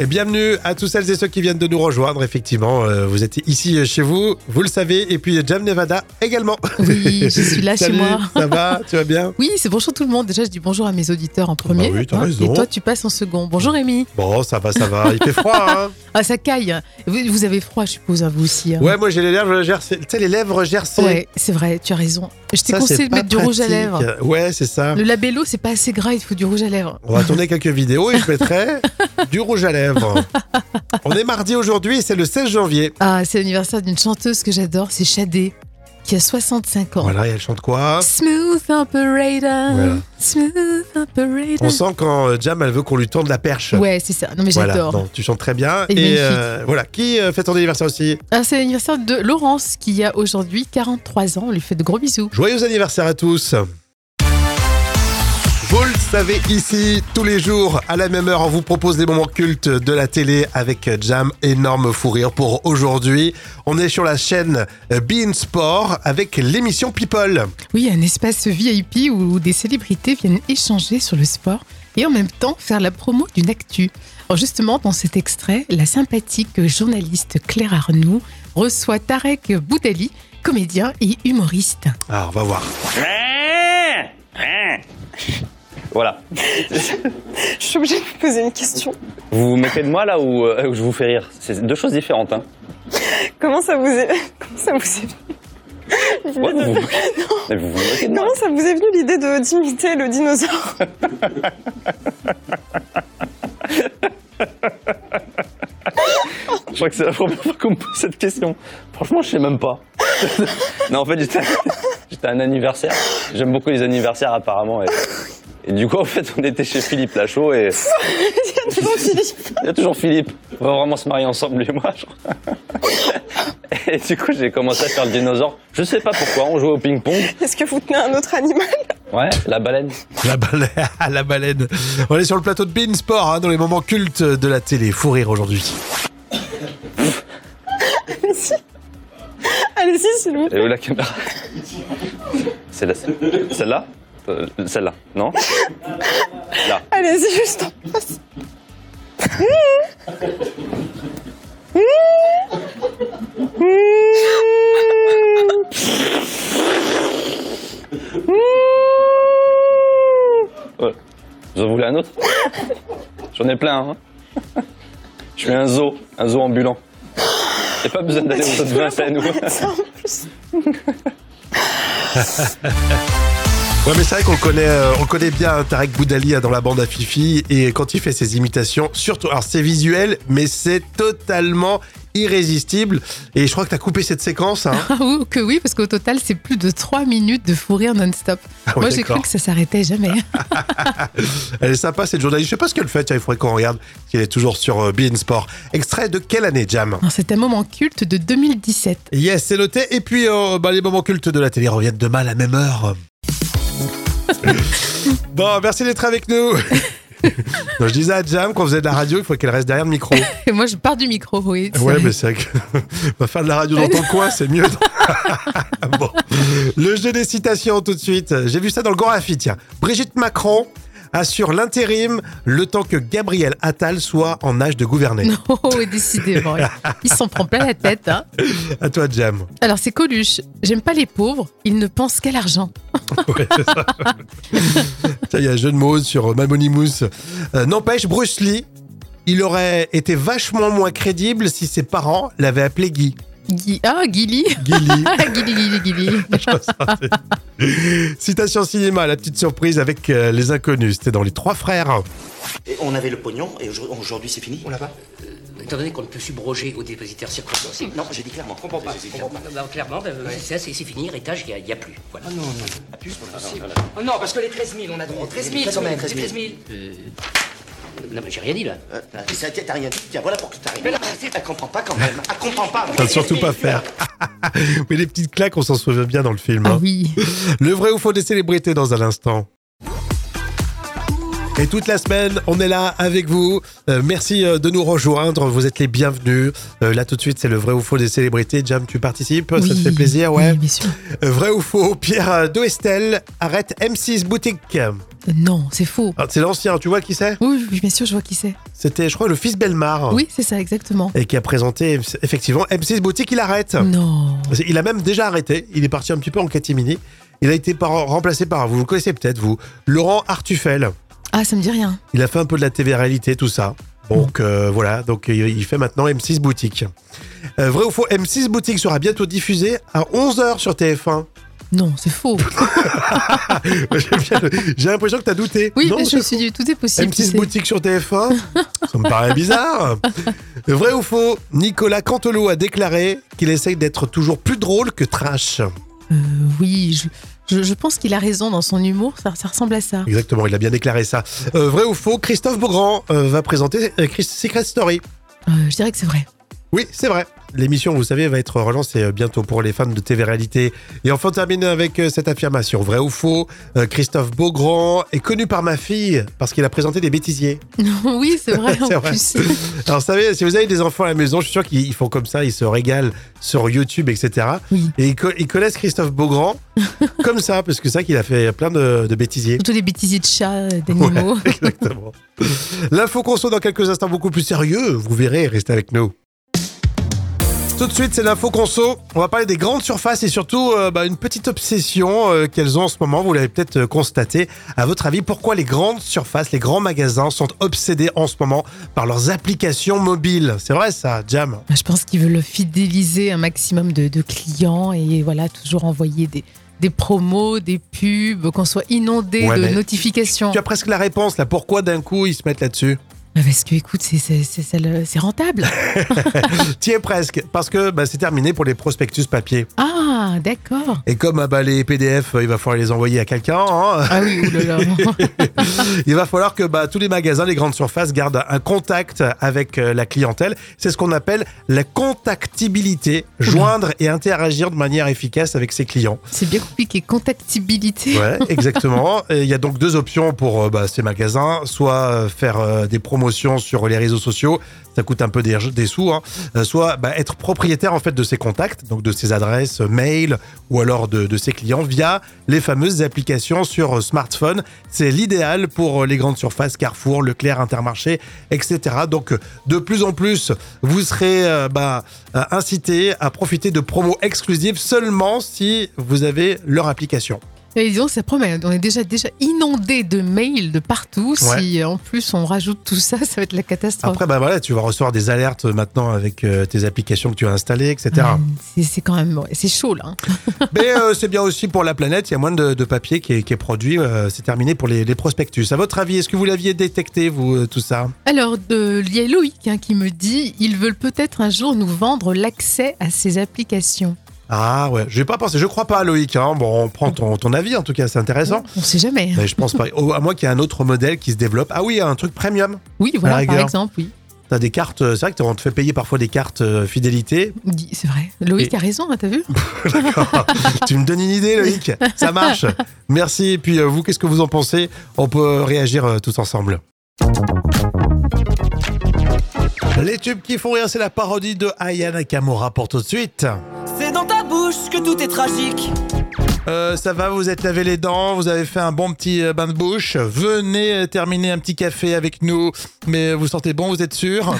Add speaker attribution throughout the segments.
Speaker 1: Et bienvenue à tous celles et ceux qui viennent de nous rejoindre. Effectivement, euh, vous êtes ici euh, chez vous, vous le savez. Et puis euh, Jam Nevada également.
Speaker 2: Oui, je suis là chez
Speaker 1: Salut,
Speaker 2: moi.
Speaker 1: Ça va Tu vas bien
Speaker 2: Oui, c'est bonjour tout le monde. Déjà, je dis bonjour à mes auditeurs en premier.
Speaker 1: Bah oui, t'as raison.
Speaker 2: et toi, tu passes en second. Bonjour Rémi.
Speaker 1: Bon, ça va, ça va. Il fait froid. Hein
Speaker 2: Ah, ça caille. Vous, vous avez froid, je suppose, à vous aussi. hein.
Speaker 1: ouais, moi j'ai les lèvres gercées. Tu sais, les lèvres gercées.
Speaker 2: Ouais, c'est vrai, tu as raison. Je t'ai
Speaker 1: Ça, c'est
Speaker 2: conseillé de
Speaker 1: pas
Speaker 2: mettre du rouge à
Speaker 1: pratique.
Speaker 2: lèvres.
Speaker 1: Ouais, c'est ça.
Speaker 2: Le labello, c'est pas assez gras, il te faut du rouge à lèvres.
Speaker 1: On va tourner quelques vidéos et je mettrai du rouge à lèvres. On est mardi aujourd'hui, c'est le 16 janvier.
Speaker 2: Ah, c'est l'anniversaire d'une chanteuse que j'adore, c'est Shadé, qui a 65 ans.
Speaker 1: Voilà, et elle chante quoi
Speaker 2: Smooth Operator.
Speaker 1: Voilà.
Speaker 2: Smooth Operator.
Speaker 1: On sent quand euh, Jam, elle veut qu'on lui tourne la perche.
Speaker 2: Ouais, c'est ça. Non, mais
Speaker 1: Voilà,
Speaker 2: j'adore.
Speaker 1: non, tu chantes très bien.
Speaker 2: Et
Speaker 1: Et,
Speaker 2: magnifique.
Speaker 1: euh, voilà, qui euh, fait ton anniversaire aussi
Speaker 2: Ah, c'est l'anniversaire de Laurence, qui a aujourd'hui 43 ans. On lui fait de gros bisous.
Speaker 1: Joyeux anniversaire à tous vous le savez ici, tous les jours, à la même heure, on vous propose des moments cultes de la télé avec Jam, énorme fou rire pour aujourd'hui. On est sur la chaîne Bein Sport avec l'émission People.
Speaker 2: Oui, un espace VIP où des célébrités viennent échanger sur le sport et en même temps faire la promo d'une actu. Alors justement, dans cet extrait, la sympathique journaliste Claire Arnoux reçoit Tarek Boudali, comédien et humoriste.
Speaker 1: Alors, Ah, on va voir.
Speaker 3: Eh, Voilà.
Speaker 4: Je suis obligée de vous poser une question.
Speaker 3: Vous vous moquez de moi là ou euh, je vous fais rire C'est deux choses différentes. Hein.
Speaker 4: Comment ça vous est, comment ça vous est venu l'idée
Speaker 3: Ouais, vous, vous...
Speaker 4: de-
Speaker 3: Mais vous vous moquez de moi.
Speaker 4: Comment ça vous est venu l'idée de d'imiter le dinosaure
Speaker 3: Je crois que c'est la première fois qu'on me pose cette question. Franchement, je sais même pas. non, en fait, j'étais j'étais à un anniversaire. J'aime beaucoup les anniversaires apparemment. Et... et du coup, en fait, on était chez Philippe Lachaud et
Speaker 4: Bon, Philippe,
Speaker 3: il y a toujours Philippe. On va vraiment se marier ensemble, lui et moi. je crois. et du coup, j'ai commencé à faire le dinosaure. Je sais pas pourquoi, on jouait au ping-pong.
Speaker 4: Est-ce que vous tenez un autre animal
Speaker 3: Ouais, la baleine.
Speaker 1: La baleine, la baleine. On est sur le plateau de Bein Sport, hein, dans les moments cultes de la télé. Fou rire aujourd'hui.
Speaker 4: Allez-y. Allez-y, s'il vous plaît.
Speaker 3: Et où la caméra C'est là. Celle-là Euh, Celle-là, non Là.
Speaker 4: Allez-y, juste en face. Mmh. Mmh. Mmh. Mmh.
Speaker 3: Voilà. Vous en voulez un autre J'en ai plein. Hein Je suis un zoo, un zoo ambulant. Y'a pas besoin d'aller aux autres Vincennes. ou-
Speaker 4: Ça, en plus.
Speaker 1: Ouais, mais c'est vrai qu'on le connaît, euh, on le connaît bien hein, Tarek Boudali hein, dans la bande à Fifi et quand il fait ses imitations, surtout, alors c'est visuel, mais c'est totalement irrésistible. Et je crois que t'as coupé cette séquence. Hein.
Speaker 2: Ah oui, que oui, parce qu'au total, c'est plus de 3 minutes de fou rire non-stop.
Speaker 1: ouais,
Speaker 2: Moi, j'ai
Speaker 1: Ah d'accord.
Speaker 2: cru que ça s'arrêtait jamais. hein.
Speaker 1: Elle est sympa cette journaliste. Je sais pas ce qu'elle fait. Tiens, il faudrait qu'on regarde. parce qu'elle est toujours sur euh, Bein Sport. Extrait de quelle année, Jam
Speaker 2: Alors, C'est un moment culte de 2017.
Speaker 1: Yes, c'est noté. Et puis, euh, bah, les moments cultes de la télé reviennent demain à la même heure. bon, merci d'être avec nous. Non, je disais à Jam, quand vous faisait de la radio, il faut qu'elle reste derrière le micro.
Speaker 2: Et moi, je pars du micro, oui. c'est
Speaker 1: Ouais,
Speaker 2: vrai.
Speaker 1: mais c'est vrai que va faire de la radio dans ton coin, c'est mieux. Bon. Le jeu des citations tout de suite. J'ai vu ça dans le Gorafi, tiens. Brigitte Macron assure l'intérim le temps que Gabriel Attal soit en âge de gouverner.
Speaker 2: Oh, décidément. Il s'en prend plein la tête. hein.
Speaker 1: À toi, Jam.
Speaker 2: Alors, c'est Coluche. J'aime pas les pauvres, ils ne pensent qu'à l'argent.
Speaker 1: Ouais, c'est ça. Tiens, Il y a un jeu de mots sur Mamonimus. Euh, N'empêche, Bruce Lee, il aurait été vachement moins crédible si ses parents l'avaient appelé Guy.
Speaker 2: Guy... Ah, Guili.
Speaker 1: Guy Lee.
Speaker 2: Ah, Guili, Guili, Guili.
Speaker 1: Citation cinéma, la petite surprise avec euh, les inconnus. C'était dans Les Trois Frères.
Speaker 5: Et on avait le pognon et aujourd'hui- aujourd'hui c'est fini. On l'a pas
Speaker 6: Étant donné qu'on ne peut subroger aux dépositaires circonstanciés.
Speaker 5: Non, j'ai dit clairement. Comprends pas.
Speaker 6: Bah, clairement, bah, ça c'est c'est fini, héritage, il n'y a, il y a plus.
Speaker 5: Ah
Speaker 6: Voilà. non, Oh
Speaker 5: Non, parce que les 13 000, on a droit.
Speaker 6: 13 000 quand même, 13 000. Euh, Non, mais j'ai rien dit là.
Speaker 5: Euh, T'as rien dit, tiens, voilà pour que t'arrives. Mais là, elle comprend pas quand même. Elle comprend pas.
Speaker 1: Faut surtout pas faire. Mais les petites claques, on s'en souvient bien dans le film.
Speaker 2: Ah
Speaker 1: hein.
Speaker 2: oui.
Speaker 1: Le vrai ou faux des célébrités dans un instant. Et toute la semaine, on est là avec vous. Euh, merci euh, de nous rejoindre. Vous êtes les bienvenus. Euh, là, tout de suite, c'est le vrai ou faux des célébrités. Jam, tu participes. Ça te
Speaker 2: Oui,
Speaker 1: fait plaisir, ouais.
Speaker 2: oui, bien sûr.
Speaker 1: Euh, Vrai ou faux Pierre euh, Doestel arrête M6 Boutique.
Speaker 2: Euh, Non, c'est faux.
Speaker 1: Ah, Ah. C'est l'ancien, tu vois qui c'est
Speaker 2: Oui, oui, bien sûr, je vois qui c'est.
Speaker 1: C'était, je crois, le fils Belmar.
Speaker 2: Oui, c'est ça, exactement.
Speaker 1: Et qui a présenté, effectivement, M6 Boutique, il
Speaker 2: Mm.
Speaker 1: arrête.
Speaker 2: Non.
Speaker 1: Il a même déjà arrêté. Il est parti un petit peu en catimini. Il a été par- remplacé par, vous le connaissez peut-être, vous, Laurent Artufel.
Speaker 2: Ah, ça me dit rien.
Speaker 1: Il a fait un peu de la télé-réalité, tout ça. Donc euh, voilà, donc il il fait maintenant M6 Boutique. Euh, vrai ou faux, M6 Boutique sera bientôt diffusé à 11h sur TF1.
Speaker 2: Non, c'est faux.
Speaker 1: J'aime bien le- J'ai l'impression que t'as douté.
Speaker 2: Oui,
Speaker 1: Non,
Speaker 2: mais je
Speaker 1: c'est
Speaker 2: me suis dit, tout est possible. tu
Speaker 1: M6
Speaker 2: sais.
Speaker 1: Boutique sur TF1 Ça me paraît bizarre. Vrai ou faux, Nicolas Cantelou a déclaré qu'il essaye d'être toujours plus drôle que trash.
Speaker 2: Euh, oui, je, je- je pense qu'il a raison dans son humour, ça, ça ressemble à ça.
Speaker 1: Exactement, il a bien déclaré ça. Euh, vrai ou faux, Christophe Beaugrand euh, va présenter euh, Chris- Secret Story.
Speaker 2: Euh, je dirais que c'est vrai.
Speaker 1: Oui, c'est vrai. L'émission, vous savez, va être relancée euh, bientôt pour les fans de TV Réalité. Et enfin, on termine avec euh, cette affirmation. Vrai ou faux, euh, Christophe Beaugrand est connu par ma fille parce qu'il a présenté des bêtisiers.
Speaker 2: Non, oui, c'est vrai en
Speaker 1: C'est vrai.
Speaker 2: plus.
Speaker 1: Alors, vous savez, si vous avez des enfants à la maison, je suis sûr qu'ils font comme ça, ils se régalent sur YouTube, etc.
Speaker 2: Oui.
Speaker 1: Et ils, co- ils connaissent Christophe Beaugrand comme ça, parce que c'est ça qu'il a fait plein de, de bêtisiers.
Speaker 2: Surtout les bêtisiers de chats, euh, d'animaux.
Speaker 1: Exactement. L'info conso dans quelques instants beaucoup plus sérieux. Vous verrez, restez avec nous. Tout de suite, c'est l'info conso. On va parler des grandes surfaces et surtout euh, bah, une petite obsession euh, qu'elles ont en ce moment. Vous l'avez peut-être euh, constaté. À votre avis, pourquoi les grandes surfaces, les grands magasins sont obsédés en ce moment par leurs applications mobiles C'est vrai ça, Jam.
Speaker 2: Je pense qu'ils veulent fidéliser un maximum de, de clients et voilà, toujours envoyer des, des promos, des pubs, qu'on soit inondé
Speaker 1: Ouais,
Speaker 2: de
Speaker 1: mais-
Speaker 2: notifications.
Speaker 1: Tu as presque la réponse là. Pourquoi d'un coup ils se mettent là-dessus
Speaker 2: Ah, Parce que, écoute, c'est- c'est- c'est ça le- c'est rentable.
Speaker 1: T'y es presque. Parce que bah, c'est terminé pour les prospectus papier.
Speaker 2: Ah, d'accord.
Speaker 1: Et comme ah, bah, les PDF, euh, il va falloir les envoyer à quelqu'un. hein.
Speaker 2: Ah oui, oulala.
Speaker 1: Il va falloir que bah, tous les magasins, les grandes surfaces gardent un contact avec euh, la clientèle. C'est ce qu'on appelle la contactibilité, joindre et interagir de manière efficace avec ses clients.
Speaker 2: C'est bien compliqué. Contactibilité.
Speaker 1: Ouais, exactement. Et Il y a donc deux options pour euh, bah, ces magasins, soit euh, faire euh, des promotions sur les réseaux sociaux, ça coûte un peu des, des sous, hein. Euh, soit bah, être propriétaire en fait de ses contacts, donc de ses adresses euh, mail ou alors de, de ses clients via les fameuses applications sur euh, smartphone. C'est l'idéal pour euh, les grandes surfaces, Carrefour, Leclerc, Intermarché, etc. Donc euh, de plus en plus, vous serez euh, bah, euh, incité à profiter de promos exclusives seulement si vous avez leur application.
Speaker 2: Et disons, ça promet. On est déjà, déjà inondé de mails de partout. Si euh, en plus on rajoute tout ça, ça va être la catastrophe.
Speaker 1: Après, bah voilà, tu vas recevoir des alertes maintenant avec euh, tes applications que tu as installées, etc.
Speaker 2: Hum, c'est- C'est quand même ouais, c'est chaud là. hein.
Speaker 1: Mais euh, c'est bien aussi pour la planète, il y a moins de, de papier qui est, qui est produit. euh, c'est terminé pour les, les prospectus. À votre avis, est-ce que vous l'aviez détecté, vous, euh, tout ça
Speaker 2: Alors, de- il y a Loïc hein, qui me dit ils veulent peut-être un jour nous vendre l'accès à ces applications.
Speaker 1: Ah ouais, j'ai pas pensé, je crois pas, Loïc. hein. Bon, on prend ton, ton avis, en tout cas, c'est intéressant.
Speaker 2: On sait jamais. hein.
Speaker 1: Mais je pense pas, Oh, à moins qu'il y ait un autre modèle qui se développe. Ah oui, un truc premium.
Speaker 2: Oui, voilà, par
Speaker 1: rigueur.
Speaker 2: exemple, oui.
Speaker 1: T'as des cartes, euh, c'est vrai que on te fait payer parfois des cartes euh, fidélité.
Speaker 2: Dis- C'est vrai. Loïc
Speaker 1: Et-
Speaker 2: a raison, hein, t'as vu
Speaker 1: tu me donnes une idée, Loïc Ça marche. Merci. Et puis, euh, vous, qu'est-ce que vous en pensez On peut réagir euh, tous ensemble. Les tubes qui font rire, c'est la parodie de Aya Nakamura pour tout de suite.
Speaker 7: C'est dans ta bouche que tout est tragique.
Speaker 1: Euh, ça va, vous êtes lavé les dents, vous avez fait un bon petit euh, bain de bouche. Venez euh, terminer un petit café avec nous. Mais vous sentez bon, vous êtes sûr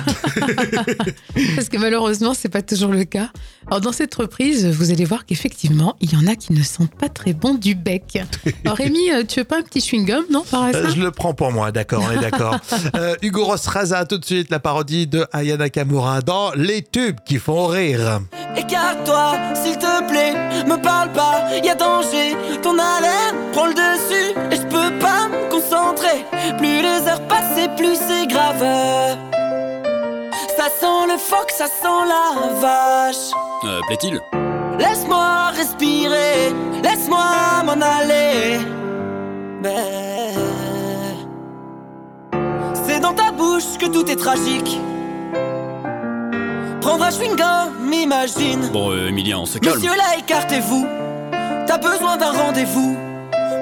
Speaker 2: Parce que malheureusement, c'est pas toujours le cas. Alors, dans cette reprise, vous allez voir qu'effectivement, il y en a qui ne sentent pas très bon du bec. Alors, Rémi, euh, tu veux pas un petit chewing-gum, non, par
Speaker 1: Euh,
Speaker 2: hasard
Speaker 1: Je le prends pour moi, d'accord, on est d'accord. Euh, Hugo Ross Raza, tout de suite, la parodie de Aya Nakamura dans Les tubes qui font rire.
Speaker 7: Écarte-toi, s'il te plaît, me parle pas, y a danger. Ton haleine prend le dessus et je peux pas me concentrer. Plus les heures passent et plus c'est grave. Ça sent le phoque, ça sent la vache.
Speaker 8: Euh, plaît-il
Speaker 7: Laisse-moi respirer, laisse-moi m'en aller. Ben, C'est dans ta bouche que tout est tragique. Prendre un chewing-gum, imagine.
Speaker 8: Bon, euh, Emilien, on se calme.
Speaker 7: Monsieur là, écartez-vous. T'as besoin d'un rendez-vous.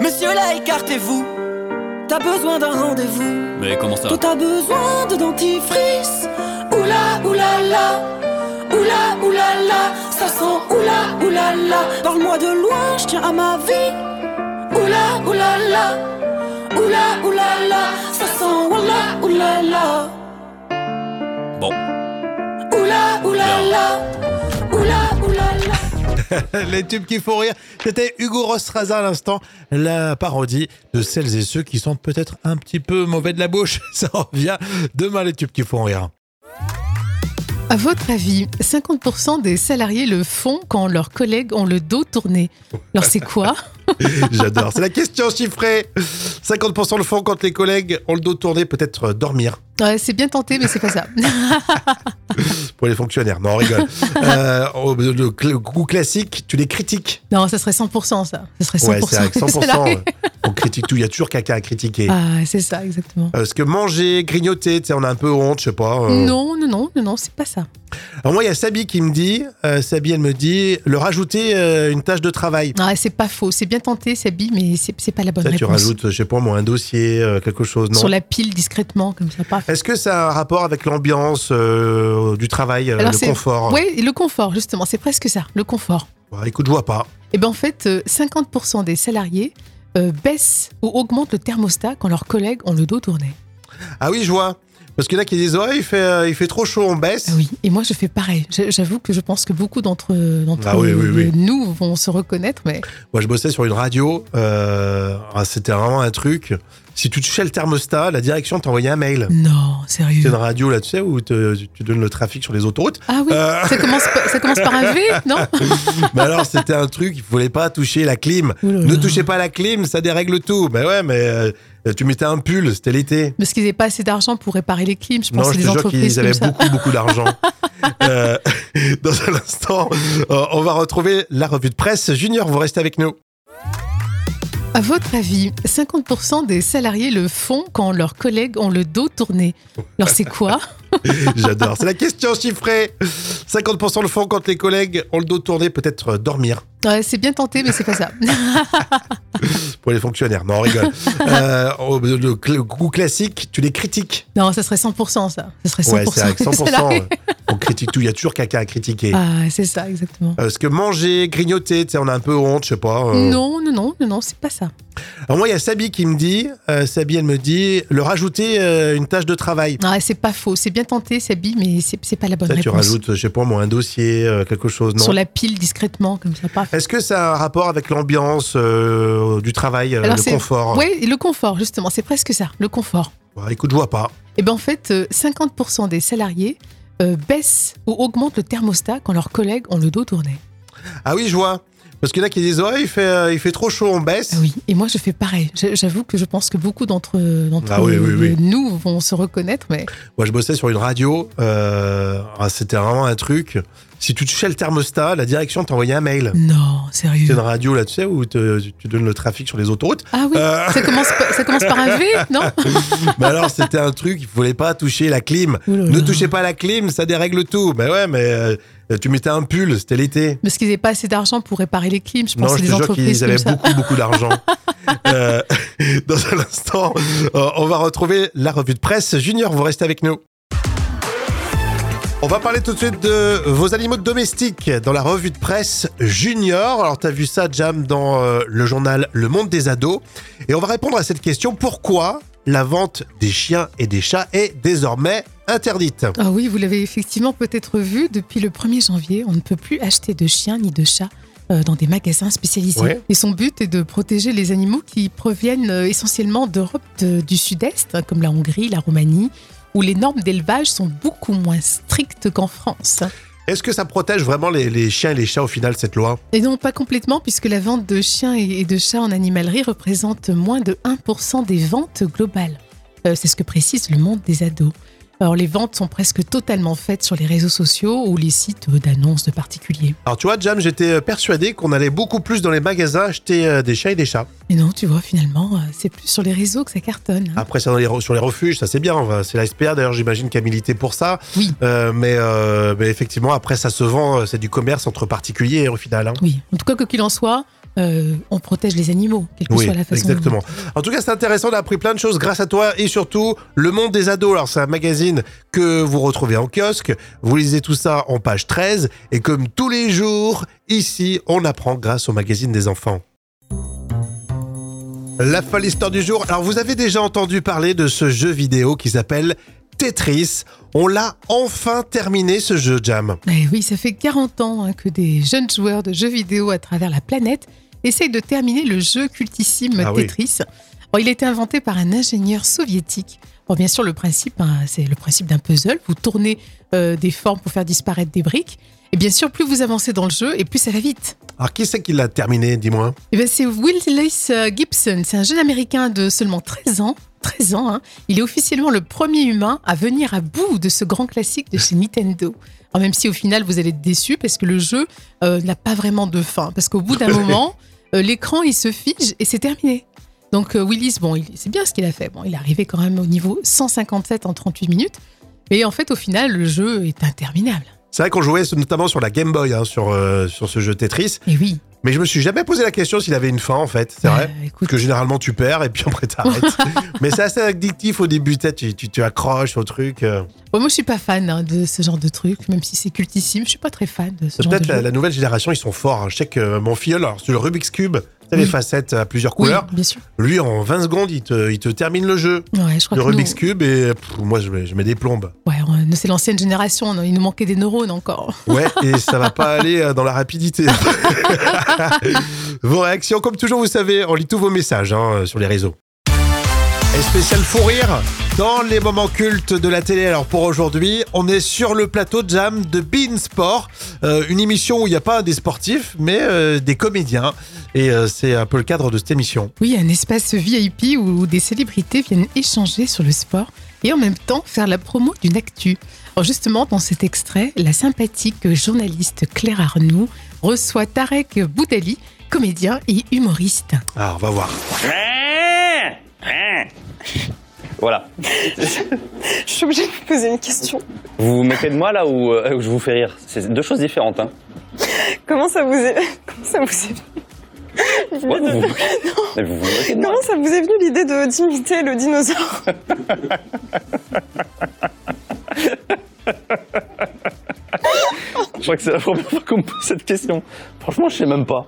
Speaker 7: Monsieur là, écartez-vous. T'as besoin d'un rendez-vous.
Speaker 8: Mais comment ça
Speaker 7: Toi t'as besoin de dentifrice Oula oulala Oula oulala Ça sent oula oulala Parle-moi de loin, je tiens à ma vie Oula oulala Oula oulala Ça sent oula oulala
Speaker 8: Bon,
Speaker 7: Oula oulala Oula oulala
Speaker 1: Les tubes qui font rire. C'était Hugo Rostraza à l'instant, la parodie de celles et ceux qui sont peut-être un petit peu mauvais de la bouche. Ça revient demain, les tubes qui font rire.
Speaker 2: À votre avis, 50% des salariés le font quand leurs collègues ont le dos tourné. Alors c'est quoi
Speaker 1: J'adore. C'est la question chiffrée. 50% le font quand les collègues ont le dos tourné, peut-être dormir
Speaker 2: Ouais, C'est bien tenté, mais c'est pas ça.
Speaker 1: pour les fonctionnaires. Non, on rigole. Euh, au- le, le goût classique, tu les critiques.
Speaker 2: Non, ça serait 100%, ça. Ça serait 100%.
Speaker 1: Ouais, c'est vrai que
Speaker 2: des salariés.
Speaker 1: 100%. euh, on critique tout. Il y a toujours quelqu'un à critiquer.
Speaker 2: Ah, c'est ça, exactement.
Speaker 1: Euh, Parce que manger, grignoter, tu sais, on a un peu honte, je sais pas. euh.
Speaker 2: Non, non, non, non, non, c'est pas ça.
Speaker 1: Alors moi, il y a Sabi qui me dit, euh, Sabi, elle me dit, leur ajouter euh, une tâche de travail.
Speaker 2: Ah, c'est pas faux. C'est bien tenté, Sabi, mais c'est c'est pas la bonne
Speaker 1: Ça, tu
Speaker 2: réponse.
Speaker 1: rajoutes, je sais pas moi, un dossier, euh, quelque chose, non Eh,
Speaker 2: Sur la pile discrètement, comme ça, paf.
Speaker 1: Est-ce que ça a un rapport avec l'ambiance euh, du travail, euh,
Speaker 2: Alors,
Speaker 1: le
Speaker 2: c'est-
Speaker 1: confort
Speaker 2: Ouais, et le confort, justement, c'est presque ça, le confort.
Speaker 1: Bah, Écoute, je vois pas.
Speaker 2: Et bien en fait, euh, 50% des salariés euh, baissent ou augmentent le thermostat quand leurs collègues ont le dos tourné.
Speaker 1: Ah oui, je vois. Parce qu'il y en a qui disent, ouais, il fait, euh, il fait trop chaud, on baisse.
Speaker 2: Ah oui, et moi je fais pareil. Je- J'avoue que je pense que beaucoup d'entre d'entre
Speaker 1: Ah oui, oui, oui.
Speaker 2: nous vont se reconnaître, mais
Speaker 1: Moi, je bossais sur une radio. euh, ah, C'était vraiment un truc. Si tu touchais le thermostat, la direction t'envoyait un mail.
Speaker 2: non,
Speaker 1: C'est une
Speaker 2: sérieux.
Speaker 1: radio, là, tu sais, où te- tu donnes le trafic sur les autoroutes.
Speaker 2: Ah oui,
Speaker 1: Euh.
Speaker 2: ça, commence, pa- ça commence par un V, non
Speaker 1: mais alors, c'était un truc, il fallait pas toucher la clim.
Speaker 2: Ouh là
Speaker 1: Ne
Speaker 2: là.
Speaker 1: touchez pas la clim, ça dérègle tout. Mais ouais, mais euh, tu mettais un pull, c'était l'été.
Speaker 2: Parce qu'ils n'avaient pas assez d'argent pour réparer les clims, je pense,
Speaker 1: Non,
Speaker 2: c'est
Speaker 1: je
Speaker 2: des
Speaker 1: te jure
Speaker 2: entreprises
Speaker 1: qu'ils
Speaker 2: comme
Speaker 1: avaient
Speaker 2: ça.
Speaker 1: beaucoup, beaucoup d'argent. Euh, dans un instant, euh, on va retrouver la revue de presse. Junior, vous restez avec nous.
Speaker 2: À votre avis, 50% des salariés le font quand leurs collègues ont le dos tourné. Alors c'est quoi
Speaker 1: J'adore. C'est la question chiffrée. 50% le font quand les collègues ont le dos tourné, peut-être euh, dormir
Speaker 2: Ouais, C'est bien tenté, mais c'est pas ça.
Speaker 1: pour les fonctionnaires. Non, on rigole. Euh, au- le, le goût classique, tu les critiques.
Speaker 2: Non, ça serait 100%, ça. Ça serait 100%.
Speaker 1: Ouais, c'est vrai que
Speaker 2: des salariés.
Speaker 1: 100%. euh, on critique tout. Il y a toujours quelqu'un à critiquer.
Speaker 2: Ah, c'est ça, exactement.
Speaker 1: Euh, Parce que manger, grignoter, tu sais, on a un peu honte, je sais pas. euh.
Speaker 2: Non, non, non, non, non, c'est pas ça.
Speaker 1: Alors moi, il y a Sabi qui me dit, euh, Sabi, elle me dit, leur ajouter euh, une tâche de travail.
Speaker 2: Ah, c'est pas faux. C'est bien tenté, Sabi, mais c'est c'est pas la bonne
Speaker 1: Ça, tu
Speaker 2: réponse.
Speaker 1: rajoutes, je sais pas moi, un dossier, euh, quelque chose, non
Speaker 2: Sur la pile discrètement, comme ça, paf.
Speaker 1: Est-ce que ça a un rapport avec l'ambiance euh, du travail, euh,
Speaker 2: Alors,
Speaker 1: le
Speaker 2: c'est-
Speaker 1: confort
Speaker 2: Ouais, et le confort, justement, c'est presque ça, le confort.
Speaker 1: Bah, Écoute, je vois pas.
Speaker 2: Et bien en fait, euh, 50% des salariés euh, baissent ou augmentent le thermostat quand leurs collègues ont le dos tourné.
Speaker 1: Ah oui, je vois. Parce qu'il y en a qui disent, ouais, il fait, euh, il fait trop chaud, on baisse.
Speaker 2: Ah oui, et moi je fais pareil. Je- J'avoue que je pense que beaucoup d'entre d'entre
Speaker 1: Ah oui, oui, oui.
Speaker 2: nous vont se reconnaître, mais
Speaker 1: Moi, je bossais sur une radio. euh, ah, C'était vraiment un truc. Si tu touchais le thermostat, la direction t'envoyait un mail.
Speaker 2: non,
Speaker 1: C'est une
Speaker 2: sérieux.
Speaker 1: radio, là, tu sais, où te- tu donnes le trafic sur les autoroutes.
Speaker 2: Ah oui,
Speaker 1: Euh.
Speaker 2: ça, commence, pa- ça commence par un V, non
Speaker 1: mais alors, c'était un truc, il fallait pas toucher la clim.
Speaker 2: Ouh là
Speaker 1: Ne
Speaker 2: là.
Speaker 1: touchez pas la clim, ça dérègle tout. Mais ouais, mais euh, tu mettais un pull, c'était l'été.
Speaker 2: Parce qu'ils n'avaient pas assez d'argent pour réparer les clims, je pense,
Speaker 1: Non,
Speaker 2: que
Speaker 1: je te
Speaker 2: les
Speaker 1: jure
Speaker 2: entreprises
Speaker 1: qu'ils
Speaker 2: comme
Speaker 1: avaient
Speaker 2: ça.
Speaker 1: beaucoup, beaucoup d'argent. Euh, dans un instant, euh, on va retrouver la revue de presse. Junior, vous restez avec nous. On va parler tout de suite de vos animaux domestiques dans la revue de presse Junior. Alors, t'as vu ça, Jam, dans euh, le journal Le Monde des Ados. Et on va répondre à cette question. Pourquoi la vente des chiens et des chats est désormais interdite
Speaker 2: Ah oui, vous l'avez effectivement peut-être vu, depuis le 1er janvier, on ne peut plus acheter de chiens ni de chats euh, dans des magasins spécialisés.
Speaker 1: Ouais.
Speaker 2: Et son but est de protéger les animaux qui proviennent euh, essentiellement d'Europe de- du Sud-Est, hein, comme la Hongrie, la Roumanie, où les normes d'élevage sont beaucoup moins strictes qu'en France.
Speaker 1: Est-ce que ça protège vraiment les, les chiens et les chats au final, cette loi
Speaker 2: Et non, pas complètement, puisque la vente de chiens et et de chats en animalerie représente moins de 1% des ventes globales. Euh, C'est ce que précise le monde des ados. Alors, les ventes sont presque totalement faites sur les réseaux sociaux ou les sites euh, d'annonces de particuliers.
Speaker 1: Alors tu vois, Jam, j'étais euh, persuadé qu'on allait beaucoup plus dans les magasins acheter euh, des chats et des chats.
Speaker 2: Mais non, tu vois, finalement, euh, c'est plus sur les réseaux que ça cartonne. hein.
Speaker 1: Après, ça dans les re- sur les refuges, ça c'est bien. on va- C'est la SPA d'ailleurs, j'imagine qu'elle a milité pour ça.
Speaker 2: Oui.
Speaker 1: Euh, mais, euh, mais effectivement, après, ça se vend. euh, C'est du commerce entre particuliers au final. hein.
Speaker 2: Oui, en tout cas, quoi qu'il en soit, euh, on protège les animaux, quelle que
Speaker 1: Oui,
Speaker 2: soit la façon. dont-
Speaker 1: exactement. En tout cas, c'est intéressant, on a appris plein de choses grâce à toi et surtout Le Monde des Ados. Alors, c'est un magazine que vous retrouvez en kiosque. Vous lisez tout ça en page 13. Et comme tous les jours, ici, on apprend grâce au magazine des enfants. La folle histoire du jour. Alors, vous avez déjà entendu parler de ce jeu vidéo qui s'appelle Tetris. On l'a enfin terminé, ce jeu, Jam.
Speaker 2: Eh oui, ça fait 40 ans hein, que des jeunes joueurs de jeux vidéo à travers la planète essayent de terminer le jeu cultissime
Speaker 1: Ah oui.
Speaker 2: Tetris. Bon, il a été inventé par un ingénieur soviétique. Bon, bien sûr, le principe, hein, c'est le principe d'un puzzle. Vous tournez euh, des formes pour faire disparaître des briques. Et bien sûr, plus vous avancez dans le jeu, et plus ça va vite.
Speaker 1: Alors, qui c'est qui l'a terminé, dis-moi
Speaker 2: Eh ben, c'est Willis euh, Gibson, c'est un jeune Américain de seulement 13 ans. 13 ans, hein. il est officiellement le premier humain à venir à bout de ce grand classique de chez Nintendo. Alors, même si au final vous allez être déçu parce que le jeu euh, n'a pas vraiment de fin, parce qu'au bout d'un moment, euh, l'écran il se fige et c'est terminé. Donc euh, Willis, bon, il- c'est bien ce qu'il a fait. Bon, il est arrivé quand même au niveau 157 en 38 minutes, mais en fait au final le jeu est interminable.
Speaker 1: C'est vrai qu'on jouait notamment sur la Game Boy, hein, sur, euh, sur ce jeu Tetris.
Speaker 2: Et oui.
Speaker 1: Mais je me suis jamais posé la question s'il avait une fin en fait, c'est vrai.
Speaker 2: Euh, écoute,
Speaker 1: Parce que généralement tu perds et puis après t'arrêtes. Mais c'est assez addictif au début, tu, sais, tu, tu, tu accroches au truc. euh.
Speaker 2: Bon, moi, je suis pas fan hein, de ce genre de truc, même si c'est cultissime. Je suis pas très fan de ce
Speaker 1: C'est
Speaker 2: genre de
Speaker 1: peut-être la,
Speaker 2: jeu.
Speaker 1: la nouvelle génération, ils sont forts. hein. Je sais que euh, mon filleul, alors, sur le Rubik's Cube, tu sais, les
Speaker 2: Oui.
Speaker 1: facettes à plusieurs
Speaker 2: Oui,
Speaker 1: couleurs,
Speaker 2: bien sûr.
Speaker 1: lui en 20 secondes il te, il te termine le jeu.
Speaker 2: Ouais, je crois
Speaker 1: Le
Speaker 2: que nous,
Speaker 1: Rubik's Cube et pff, moi je mets, je mets des plombes.
Speaker 2: ouais, on- nous, c'est l'ancienne génération. on- il nous manquait des neurones encore.
Speaker 1: Ouais, et ça va pas aller euh, dans la rapidité. vos réactions, comme toujours, vous savez, on lit tous vos messages hein, euh, sur les réseaux. Et spécial fou rire dans les moments cultes de la télé. Alors pour aujourd'hui, on est sur le plateau de Jam de Bean Sport, euh, une émission où il n'y a pas des sportifs, mais euh, des comédiens. Et euh, c'est un peu le cadre de cette émission.
Speaker 2: Oui, un espace VIP où des célébrités viennent échanger sur le sport et en même temps faire la promo d'une actu. Alors justement, dans cet extrait, la sympathique journaliste Claire Arnoux reçoit Tarek Boudali, comédien et humoriste.
Speaker 1: Alors on va voir.
Speaker 3: Voilà.
Speaker 4: Je suis obligée de vous poser une question.
Speaker 3: Vous vous moquez de moi là ou euh, ou je vous fais rire C'est deux choses différentes. Hein.
Speaker 4: Comment ça vous est, comment ça vous est... venu
Speaker 3: Ouais,
Speaker 4: l'idée
Speaker 3: vous,
Speaker 4: de-
Speaker 3: vous... Mais vous vous moquez de moi.
Speaker 4: Comment ça vous est venu l'idée de d'imiter le dinosaure
Speaker 3: Je crois que c'est la première fois qu'on me pose cette question. Franchement, je sais même pas.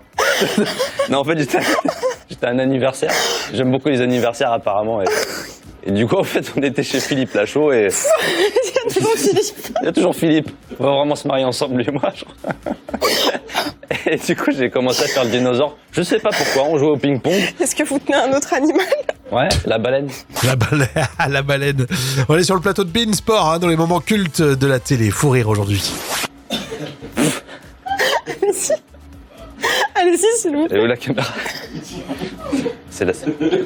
Speaker 3: non, en fait, j'étais j'étais à un anniversaire. J'aime beaucoup les anniversaires, apparemment. Et, et du coup, en fait, on était chez Philippe Lachaud et
Speaker 4: Bon, Philippe,
Speaker 3: il y a toujours Philippe. On va vraiment se marier ensemble, lui et moi, je crois. Et du coup, j'ai commencé à faire le dinosaure. Je sais pas pourquoi, on jouait au ping-pong.
Speaker 4: Est-ce que vous tenez un autre animal
Speaker 3: Ouais, la baleine.
Speaker 1: La baleine, la baleine. On est sur le plateau de Bean Sport, hein, dans les moments cultes de la télé. Fou rire aujourd'hui.
Speaker 4: Allez-y. Allez-y, s'il vous plaît.
Speaker 3: Et où la caméra C'est là,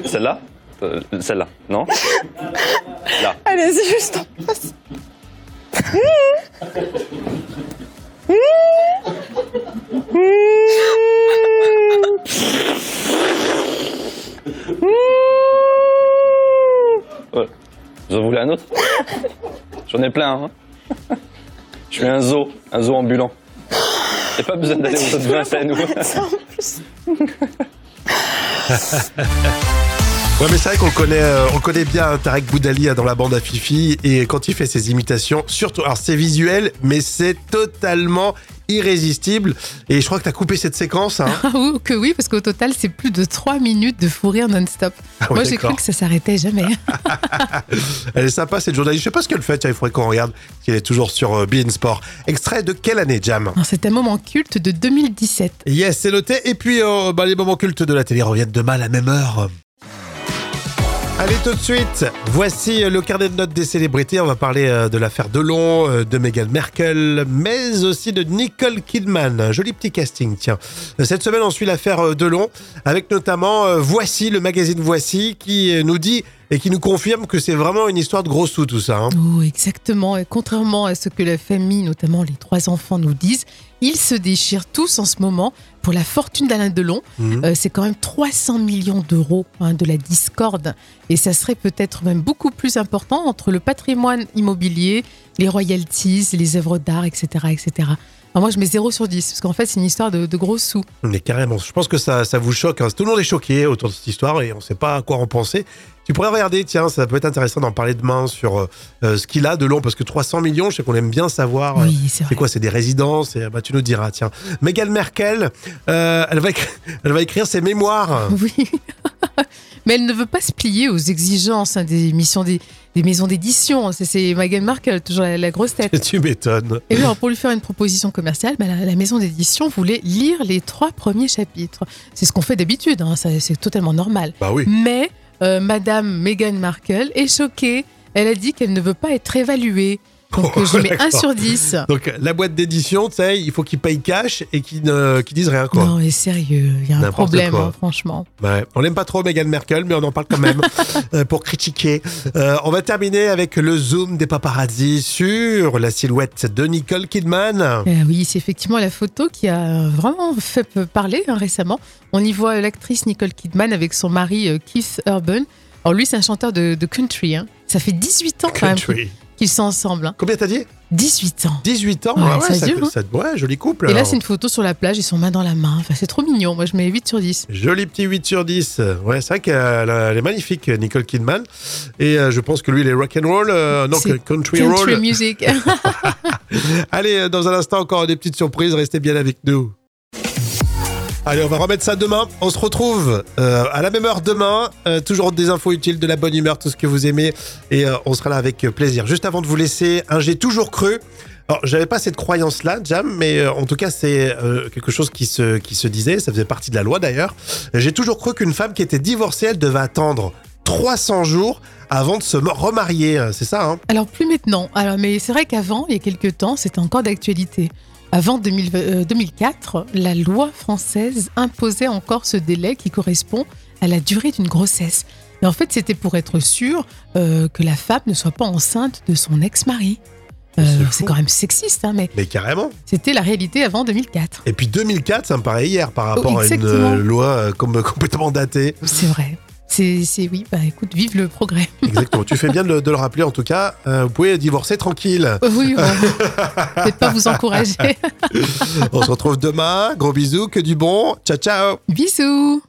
Speaker 3: celle-là Euh, Celle-là, non Là.
Speaker 4: Allez-y, juste en face. Mmh. Mmh. Mmh. Mmh.
Speaker 3: Ouais. Vous en voulez un autre J'en ai plein. Hein je suis un zoo, un zoo ambulant. Y'a pas besoin d'aller aux autres zoos, c'est à nous.
Speaker 4: Ça, en plus.
Speaker 1: Ouais, mais c'est vrai qu'on le connaît, euh, on le connaît bien hein, Tarek Boudali hein, dans la bande à Fifi et quand il fait ses imitations, surtout, alors c'est visuel, mais c'est totalement irrésistible. Et je crois que t'as coupé cette séquence. Hein.
Speaker 2: Ah oui, que oui, parce qu'au total, c'est plus de 3 minutes de fou rire non-stop.
Speaker 1: Ah ouais,
Speaker 2: Moi, j'ai
Speaker 1: d'accord.
Speaker 2: cru que ça s'arrêtait jamais.
Speaker 1: Elle est sympa cette journaliste. Je sais pas ce qu'elle fait. Tiens, il faudrait qu'on regarde. parce qu'elle est toujours sur euh, Bein Sport. Extrait de quelle année, Jam
Speaker 2: Alors, C'est un moment culte de 2017.
Speaker 1: Yes, c'est noté. Et puis, euh, bah, les moments cultes de la télé reviennent demain à la même heure. Allez, tout de suite, voici euh, le carnet de notes des célébrités. On va parler euh, de l'affaire Delon, euh, de Meghan Merkel, mais aussi de Nicole Kidman. Un Joli petit casting, tiens. Euh, Cette semaine, on suit l'affaire euh, Delon, avec notamment euh, Voici, le magazine Voici, qui euh, nous dit et qui nous confirme que c'est vraiment une histoire de gros sous, tout ça. hein.
Speaker 2: Oh, exactement. Et contrairement à ce que la famille, notamment les trois enfants, nous disent, ils se déchirent tous en ce moment pour la fortune d'Alain Delon.
Speaker 1: Mhm.
Speaker 2: Euh, c'est quand même 300 millions d'euros hein, de la discorde. Et ça serait peut-être même beaucoup plus important entre le patrimoine immobilier, les royalties, les œuvres d'art, etc., etc. Alors moi, je mets 0 sur 10, parce qu'en fait, c'est une histoire de, de gros sous.
Speaker 1: Mais carrément, je pense que ça, ça vous choque. hein. Tout le monde est choqué autour de cette histoire et on ne sait pas à quoi en penser. Tu pourrais regarder, tiens, ça peut être intéressant d'en parler demain sur euh, euh, ce qu'il a de long, parce que 300 millions, je sais qu'on aime bien savoir. euh,
Speaker 2: Oui, c'est
Speaker 1: C'est
Speaker 2: vrai.
Speaker 1: quoi C'est des résidences et, bah, Tu nous diras, tiens. Meghan Merkel, euh, elle, va éc- elle va écrire ses mémoires.
Speaker 2: Oui. Mais elle ne veut pas se plier aux exigences hein, des, missions des, des maisons d'édition. C'est- C'est Meghan Markle, toujours la, la grosse tête.
Speaker 1: tu m'étonnes.
Speaker 2: Et oui, alors, pour lui faire une proposition commerciale, bah, la, la maison d'édition voulait lire les trois premiers chapitres. C'est ce qu'on fait d'habitude, hein, ça- c'est totalement normal.
Speaker 1: Bah oui.
Speaker 2: Mais euh, Madame Meghan Markle est choquée. Elle a dit qu'elle ne veut pas être évaluée. Donc
Speaker 1: Oh,
Speaker 2: euh, je mets
Speaker 1: d'accord.
Speaker 2: 1 sur 10.
Speaker 1: Donc la boîte d'édition, tu sais, il faut qu'ils payent cash et qu'ils ne qu'ils disent rien, quoi.
Speaker 2: Non, mais sérieux, il y a un
Speaker 1: N'importe
Speaker 2: problème,
Speaker 1: quoi.
Speaker 2: hein, franchement.
Speaker 1: Ouais, on l'aime pas trop Meghan Merkel, mais on en parle quand même euh, pour critiquer. Euh, on va terminer avec le zoom des paparazzi sur la silhouette de Nicole Kidman.
Speaker 2: Euh, oui, c'est effectivement la photo qui a euh, vraiment fait peu parler hein, récemment. On y voit euh, l'actrice Nicole Kidman avec son mari euh, Keith Urban. Alors lui, c'est un chanteur de, de country. hein. Ça fait 18 ans quand même qu'ils-
Speaker 1: Country.
Speaker 2: qu'ils sont ensemble. hein.
Speaker 1: Combien t'as dit
Speaker 2: 18 ans.
Speaker 1: 18 ans
Speaker 2: Ouais,
Speaker 1: Ah
Speaker 2: ça dure, hein.
Speaker 1: ouais, joli couple.
Speaker 2: Et là,
Speaker 1: alors.
Speaker 2: c'est une photo sur la plage, ils sont main dans la main. Enfin, c'est trop mignon. Moi, je mets 8 sur 10.
Speaker 1: Joli petit 8 sur 10. Ouais, c'est vrai qu'elle elle est magnifique, Nicole Kidman. Et euh, je pense que lui, il est rock and roll, euh, non, que-
Speaker 2: C'est
Speaker 1: country,
Speaker 2: Country
Speaker 1: roll.
Speaker 2: music.
Speaker 1: Allez, euh, dans un instant, encore des petites surprises. Restez bien avec nous. Allez, on va remettre ça demain. On se retrouve euh, à la même heure demain. Euh, toujours des infos utiles, de la bonne humeur, tout ce que vous aimez. Et euh, on sera là avec plaisir. Juste avant de vous laisser, un j'ai toujours cru. Alors, j'avais pas cette croyance-là, Jam, mais euh, en tout cas, c'est euh, quelque chose qui se, qui se disait. Ça faisait partie de la loi d'ailleurs. J'ai toujours cru qu'une femme qui était divorcée, elle devait attendre 300 jours avant de se remarier. C'est ça, hein
Speaker 2: Alors plus maintenant. Alors mais c'est vrai qu'avant, il y a quelques temps, c'était encore d'actualité. Avant 2000 euh, 2004, la loi française imposait encore ce délai qui correspond à la durée d'une grossesse. Et en fait, c'était pour être sûr euh, que la femme ne soit pas enceinte de son ex-mari. Euh,
Speaker 1: C'est fou.
Speaker 2: c'est quand même sexiste, hein, mais
Speaker 1: Mais carrément.
Speaker 2: c'était la réalité avant 2004.
Speaker 1: Et puis 2004, ça me paraît hier par rapport à une
Speaker 2: exactement.
Speaker 1: euh, loi euh, comme complètement datée.
Speaker 2: C'est vrai. C'est c'est- oui, bah écoute, vive le progrès.
Speaker 1: Exactement. tu fais bien de, le- de le rappeler. En tout cas, Euh, vous pouvez divorcer tranquille.
Speaker 2: Oui, bon, peut-être pas vous encourager.
Speaker 1: On se retrouve demain. Gros bisous, que du bon. Ciao, ciao.
Speaker 2: Bisous.